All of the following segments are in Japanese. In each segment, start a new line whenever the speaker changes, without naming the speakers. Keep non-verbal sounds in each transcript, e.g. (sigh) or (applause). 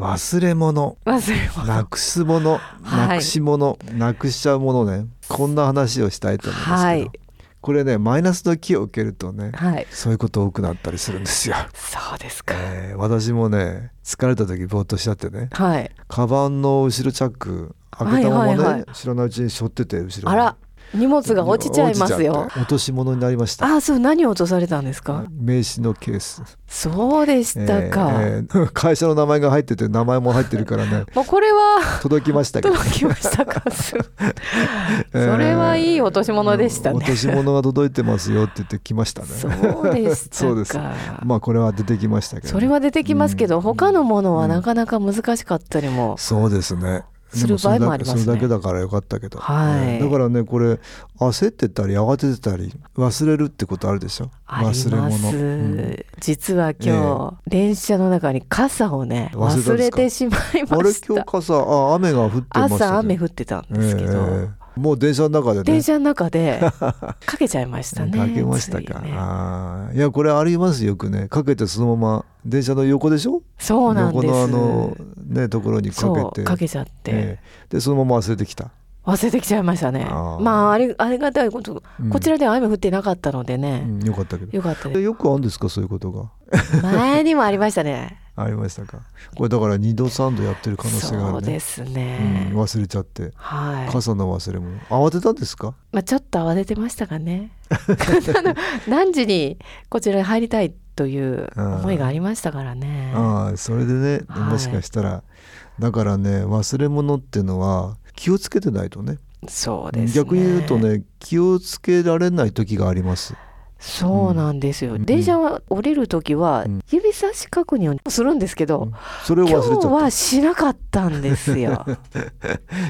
忘れ物
忘れ
なくすもの、
(laughs) はい
なくしもの、なくしちゃうものね。こんな話をしたいと思いますけど、
はい
これね、マイナスの気を受けるとね、
はい、
そういうこと多くなったりするんですよ。
そうですか。
えー私もね、疲れた時ぼーっとしちゃってね、
はい、
カバンの後ろチャック開けたまま
はい
ね、
はいはい
知らないうちに背負ってて後ろに。
あら、荷物が落ちちゃいます
落
よ
ちちゃっ。て落とし物になりました。
あ、そう、何を落とされたんですか。
名刺のケース、
そうでしたか。
えー (laughs) えー会社の名前が入ってて名前も入ってるからね
もうこれは
届きましたけど
届きました (laughs) か。すそれはいい落とし物でしたね
うん落とし物が届いてますよって言ってきましたね。
そうでしたか。
そうですまあこれは出てきましたけど、
それは出てきますけど、
うん
他のものはなかなか難しかったりも。
そうですね。
する場合もありますね
でそれだけそれだけだからよかったけど、
はい
うんだからねこれ焦ってたり慌ててたり忘れるってことあるでしょ
あります、
忘れ物、うん
実は今日、電車の中に傘をね
忘れたんですか
忘れてしまい
あ
ま
れ
し
今日
た
傘あ雨が降ってました
朝雨降ってたんですけど、
もう電車の中でね
電車の中で (laughs) かけちゃいましたね。
かけましたか、
ついね
あーいやこれありますよよくねかけてそのまま電車の横でしょ
そうなんです。
横のあのねところにか
そ
け
う
て
かけちゃって、
ええでそのまま忘れてきた、
忘れてきちゃいましたね。
あー
まあありありがたいこと、
うん
こちらでは雨降ってなかったので
う
ね、
ん、よかったけど
よかった
で
で
よくあるんですかそういうことが
す。前にもありましたね。
ありましたかこれだから二度三度やってる (laughs) 可能性があ
そう
るね
ですね。
うん、忘れちゃって
はい。
傘の忘れ物慌てたんですか
まあちょっと慌ててましたかね。 (laughs) 何時にこちらに入りたいという思いがありましたからね。
ああそれでね
はい
もしかしたら、だからね忘れ物っていうのは気をつけてないとね
そうですね。
逆に言うとね気をつけられない時があります
そうなんですよ、
うん
電車は降りる時は
うん
指差し確認をするんですけど、
うんそれを忘
今
れちゃっ
日
た
はしなかったんです
(laughs)
よ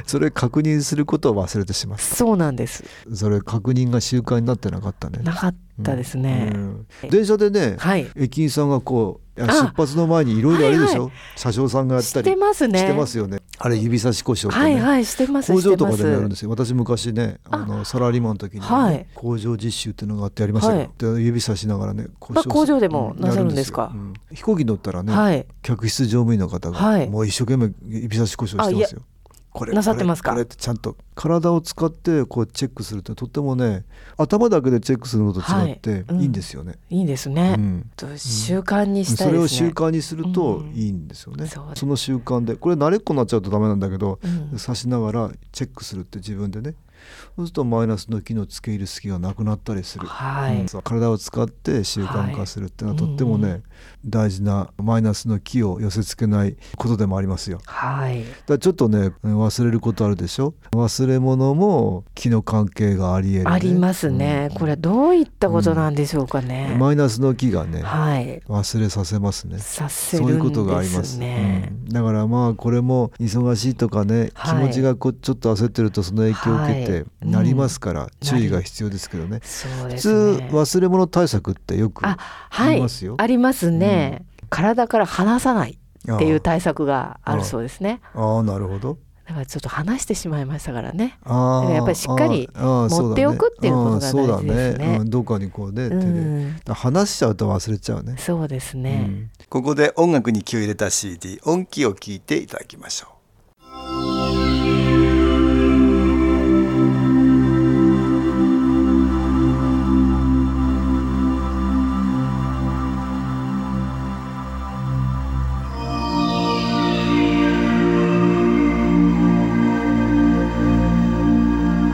それ確認することを忘れてしまっ
そうなんです
たそれ確認が習慣になってなかったね
なかったですね、
うん電車でね
はい
駅員さんがこういや
あ
出発の前にいろいろあるでしょ、車掌さんがやっ
した
り
てますね
してますよねあれ指差し故障っ
は
てね、
いはいしてます
工
し
場
て
と
ま
か
す
でもやるんですよ私昔ねあのサラリーマンの時にね、
はい
工場実習っていうのがあってやりましたけど、で指差しながらね故
あ工場でも
うん
なさるん
や
ですか
ようん飛行機乗ったらね、
はい
客室乗務員の方が、
はい
もう一生懸命指差し故障してますよこれ
なさってますか
これこれってちゃんと体を使ってこうチェックするととってもね頭だけでチェックするのと違って、
はいいうん
いんですよね、
いいですね、
うん
ちょっと習慣にした
そ
い
れを
です
習
ね、
慣にすると
うん
いいんですよね、
そうです
その習慣でこれ慣れっこになっちゃうとダメなんだけど、
うん
差しながらチェックするって自分でねそうするとマイナスの気の付け入る隙がなくなったりする、
はい
うんそう体を使って習慣化するっていうのはとってもね、
はいう
大事なマイナスの気を寄せ付けないことでもありますよ。
はい
だからちょっとねうん忘れることあるでしょ忘れ物も気の関係がありえるね、
ありますね、
うん
これはどういったことなんでしょうかね、
マイナスの気がね
はい
忘れさせますね。
させ
そうい
る
うんことがあ
で
ります
すね
うんだからまあこれも忙しいとかね、
はい
気持ちがこうちょっと焦ってるとその影響を受けて
はい
なりますから注意が
なり
必要ですけどね。
そう
普
で
通
すね
忘れ物対策ってよく
あ
あ
は
り
い
ますよ
ありますね、体から離さないっていう
あ
対策があるそうですね
あああなるほど。
だからちょっと離してしまいましたからね
あ
だ
あ
からやっぱりしっかり
ああ
持っておくっていうことが
そうだ
大事
ね
ですね
ああそうだねうんどっかにこうね手
う
で、
ん
話しちゃうと忘れちゃうね。
そうです
う
ね、
んここで音楽に気を入れた CD 音気を聞いていただきましょう。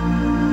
は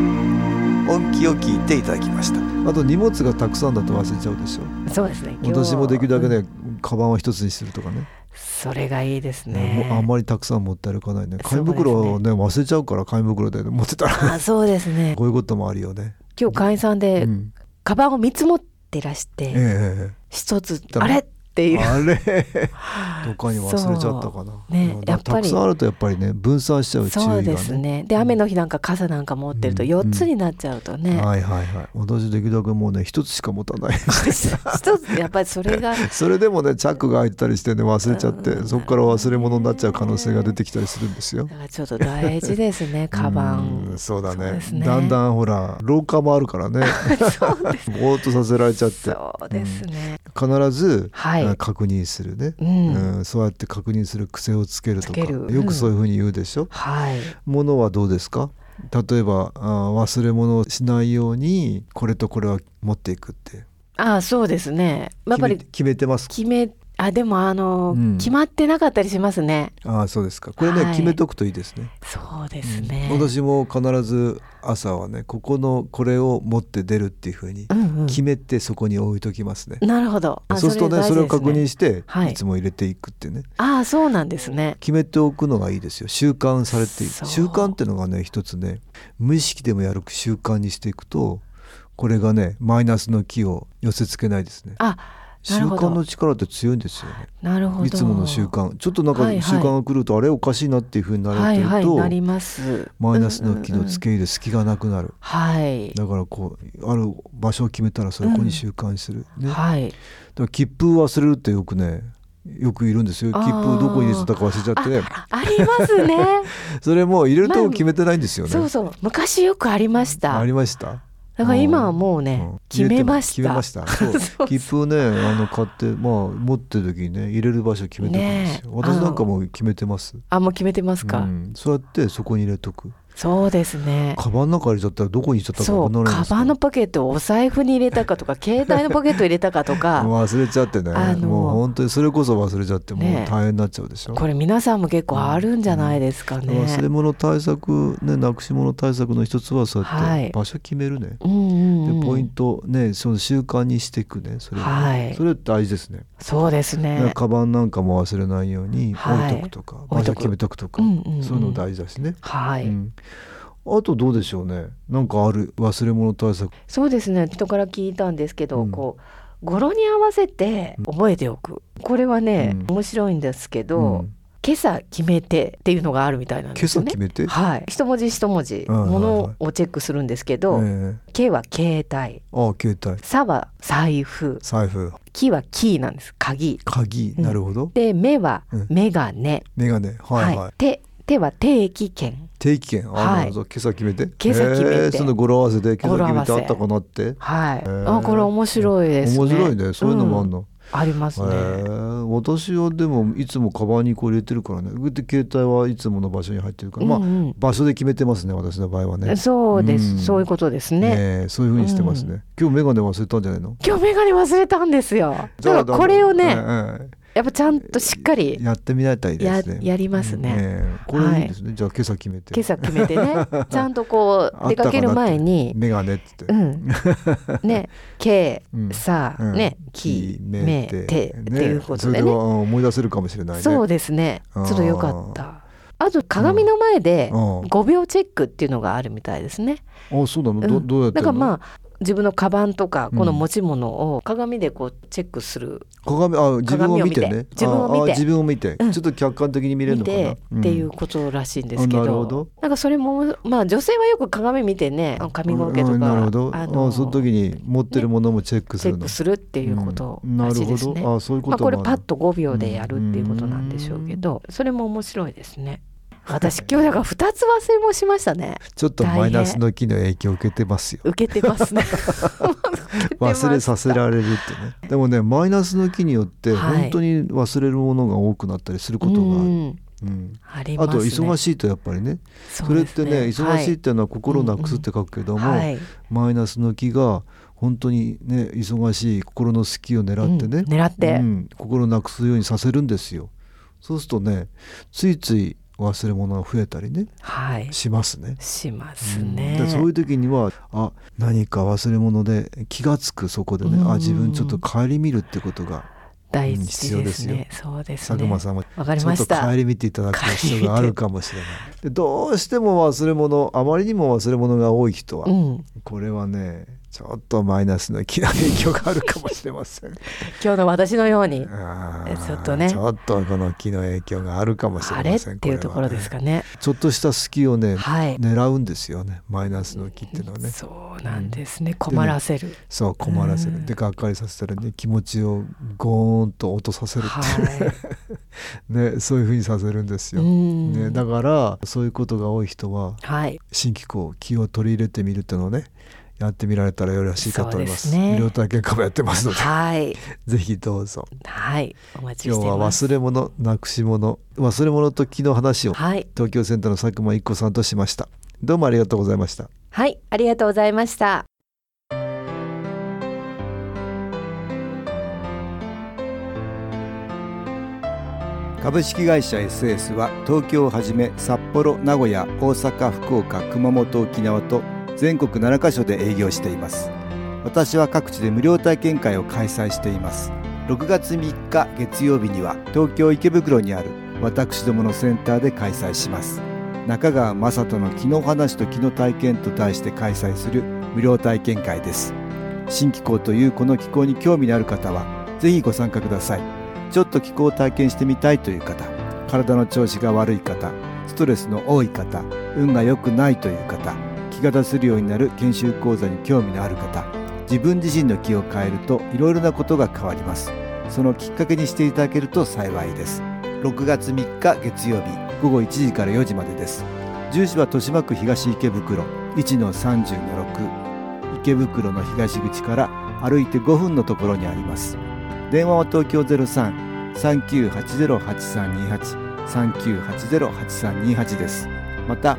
を聞いていただきました
あと荷物がたくさんだと忘れちゃうでしょ
そうですね。今日
私もできるだけねカバンを一つにするとかね
それがいいです
も
ね。
うあんまりたくさん持って歩かないね
そうですね
紙袋をね忘れちゃうから紙袋で持ってたら
あそうです (laughs) ね。
こういうこともあるよね、
今日会員さんで、
うん
カバンを三つ持ってらし
え
て、
え
一つ
だ
あれって
ええ
いう。
あ
(laughs)
れどっかに忘れちゃったかな
そうね
うん
やっぱり
たくさんあるとやっぱりね分散しちゃう注意が
そう
ね
ですね。で雨の日なんか傘なんか持ってると
うん
四つになっちゃうとね。
はいはいはい私できるだけもうね一つしか持たない (laughs)
一つやっぱりそれが
それでもねチャックが開いたりしてね忘れちゃってそこから忘れ物になっちゃう可能性が出てきたりするんですよ
だからちょっと大事です
(laughs)
ね。カバ
う
ン
ん。そうだ
そう
ね
ですね
だんだんほら老化もあるか
(laughs)
らね (laughs) ぼーっとさせられちゃって
そうですね。
必ず、
はい
あ確認するね、
うん。
うんそうやって確認する癖をつけると
つ
か
ける
よくそういうふうに言うでしょ、
はい。
ものはどうですか例えばあ忘れ物をしないようにこれとこれは持っていくって
ああそうですね。やっぱ
決
り
め決めてます
決めあでもあの、
うん
決まってなかったりしますね。
ああそうですかこれね、
はい
決めとくといいですね
そうですね。
うん私も必ず朝はねここのこれを持って出るっていうふうに
うんうん
決めてそこに置いときますね、
なるほど。あ
そうするとねそれを確認
し。
して、
はい
い、つも入れていくっていうね
ああそうなんですね。
決めておくのがいいですよ習慣されている
そう
習慣っていうのがね一つね無意識でもやる習慣にしていくとこれがねマイナスの気を寄せ付けないですね
あ
習
なるほど
慣の力って強いんですよね
なるほど。
いつもの習。慣ちょっとなんか
はいはい
習慣が来ると、あれおかしいなっていうふうにな
は
れて
い
ると、
はいなります。
マイナスの気
うんう
の
んうん
付け入れ隙がなくなる、
はい。
だからこうある場所を決めたらそこに習慣にする、ね
はい。
だから切符を忘れるってよくねよくいるんですよ
あー
切符をどこに入れてたか忘れちゃってね
あありますね。
それもう入れるとこ決めてないんですよね、
そうそう昔よくありました
あ。りました
だから今はもうね、
うん
決めました。
入れても決めました
(laughs) そう
そう切符をねあの買ってまあ持ってる時にね入れる場所決めておくんですよ、
ねえ
私なんかもう決めてます
あもう決めてますか。
うん、そうやってそこに入れとく
そうですね。
カバンの中入れちゃったらどこに行っちゃったか
そ
分から
う
ないん
カ
ですよ
バンのポケットをお財布に入れたかとか携帯のポケット入れたかと
(laughs)
か
忘れちゃってね、
あの
もう本当にそれこそ忘れちゃってもう
ねえ
大変になっちゃうでしょ、
これ皆さんも結構あるんじゃないですかね。
忘れ物対策ねなくし物対策の一つはそうやっ
は
て
い
場所決めるね、
うんうんうん
でポイントねその習慣にしていくねそれ,、
はい
それ大事ですね
そうです
だから
ね。
カバンなんかも忘れないように置
はい
いとくとか、
置
場
いと
所
く
決めとくとか、
うんうんうん
そういうの大事だしね、
はい、
うんあとどうでしょうねなんかある忘れ物対策
そうですね人から聞いたんですけど、
うん
こう語呂に合わせて覚えておくこれはね、
うん
面白いんですけど、
うん
今朝決めてっていうのがあるみたいなん
今
です
朝
よね
決。めて、
はい、一文字一文字
はいはいはい
ものをチェックするんですけ
え
ど「
え
け」は携帯
ああ携帯
「さ」は財布
財布
「き」はキーなんです鍵
鍵
うん
なるほど、
で「目」は
うん
メガネ、
メガネはいはい、
はい手手は定期券
定期券あ、
はい
なるほど今朝決めて
今朝決めて
えーその語呂合わせで今
語呂
朝
合
決
わ
め
せ
てあったかなって
はい、
ー
あこれ面白いですね
面白いねそういうのもある
ん
の、
ありますね、
へー私はでもいつもカバンにこう入れてるからねで携帯はいつもの場所に入ってるから、
う
まあ
んうん
場所で決めてますね私の場合はね
そうです、
うん
そういうことですね
えそういうふうにしてますね、今日メガネ忘れたんじゃないの
今日メガネ忘れたんですよだからこれをね、
ええ
やっぱちゃんとしっかり
やってみたいですね
ややりますね
うんええこれいいですね、じゃあ今朝決めて
今朝決めて
(laughs)
ねちゃんとこう出かける前に
メガネって言って、
うん
(laughs)
ね「け
う」ん
「さ」
うん
ね「き」「め」「て」っていうこと
それ
で
では
ね
うん思い出せるかもしれないね
そうですねち
あ
ょ
ー
っとよかったあと鏡の前で
うん
5秒チェックっていうのがあるみたいですね
あそうなの、ど
うん
どうやっ
だ
てん
から
の
まあ自分のカバンとか
うん
この持ち物を鏡でこうチェックする
鏡あ自分を見てね
鏡を見て自分を見て
あ
う
あ自分を見て、
ん
ちょっと客観的に見れ
見
るのか
て
な
っていう
うん
ことらしいんですけど,、
あなるほど
なんかそれもまあ女性はよく鏡見てねあの髪の毛とか、
うんなるほどあ
あの
その時に持ってるものもチェックす
チェ
る
ッ
の
クするっていうこと
うんな
ら
る
しい
ほ
ですね。
どあそういうこ
まあ、
と
こ
もあ
れ
る
パッと5秒でやるっていうことなんでしょうけど、それも面白いですね。私今日だから2つ忘れもしましたね。
ちょっとマイナスの木の影響を受けてますよ
受けてます
(laughs)
ね。
忘れさせられるってねでもねマイナスの木によって
はい
本当に忘れるものが多くなったりすることがある、
う
うん
んありま
あ
すね。
と忙
しい。
しいとやっぱりね
そ
それってね忙しいっ
い
ていうのは心をなくすって書くけど
と
も、
はい、
マイナスの木が本当にね忙しい心の隙を狙ってね、
うん狙って
うん心をなくすようにさせるんですよそうするとねついつい忘れ物が増えたりね
はい
しますね。
します
で
ね。
そういう時にはあ何か忘れ物で気がつくそこでね、
うん
あ自分ちょっと顧みるってことが
大
うん
事
必要
で
ですすよ
ね。そうです
佐
ね。
久間さんも
わかり
ちょ
ま
っと
した。
顧みていただく必要があるかもしれない。でどうしても忘れ物あまりにも忘れ物が多い人は、
うん、
これはねちょっとマイナスの気な影響があるかもしれ
(laughs)
ません。
今日の私のように
あー
ちょっとね
ちょっとこの気の影響があるかもしれ
あれ
ま
っ
せん。
ていうところです
か。
かね。
ちょっとした隙をね、
はい。
狙うんですよねマイナスの気っていうのはね
そうなんですね。困らせる。
そう困らせ
う
る
ん
でがっかりさせたらね気持ちをゴーンと落とさせるっていう
は
ねそういうふうにさせるんです
い。
よ、
ん
ね、だからそういうことが多い人は
はい。
新機構気を取り入れてみるっていうのをねやってみられたらよろしいかと思いま
そう
す
ですね
無料体験会もやってますので
はい。
ぜひどうぞ
はい。お待ち
今
し
日
てい
は
ます。
忘れ物なくし物忘れ物と気の話を
はい。
東京センターの佐久間一子さんとしましたどうもありがとうございました
はい。ありがとうございました。
株式会社 SS は東京をはじめ札幌名古屋大阪福岡熊本沖縄と全国7カ所で営業しています私は各地で無料体験会を開催しています6月3日月曜日には東京池袋にある私どものセンターで開催します中川雅人の「気の話と気の体験」と題して開催する無料体験会です新気候というこの気候に興味のある方はぜひご参加くださいちょっと気候を体験してみたいという方体の調子が悪い方ストレスの多い方運が良くないという方気が出せるようになる研修講座に興味のある方自分自身の気を変えるといろいろなことが変わりますそのきっかけにしていただけると幸いです6月3日月曜日午後1時から4時までです住所は豊島区東池袋1-30-6池袋の東口から歩いて5分のところにあります電話は東京ゼロ三三九八ゼロ八三二八三九八ゼロ八三二八です。また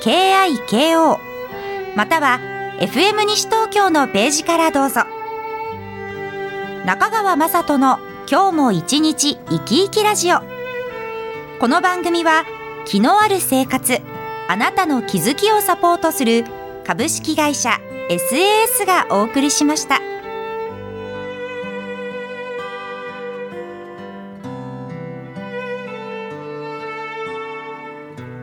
SHINKIKO または FM 西東京のページからどうぞ中川雅人の今日も一日生き生きラジオこの番組は気のある生活あなたの気づきをサポートする株式会社 SAS がお送りしました。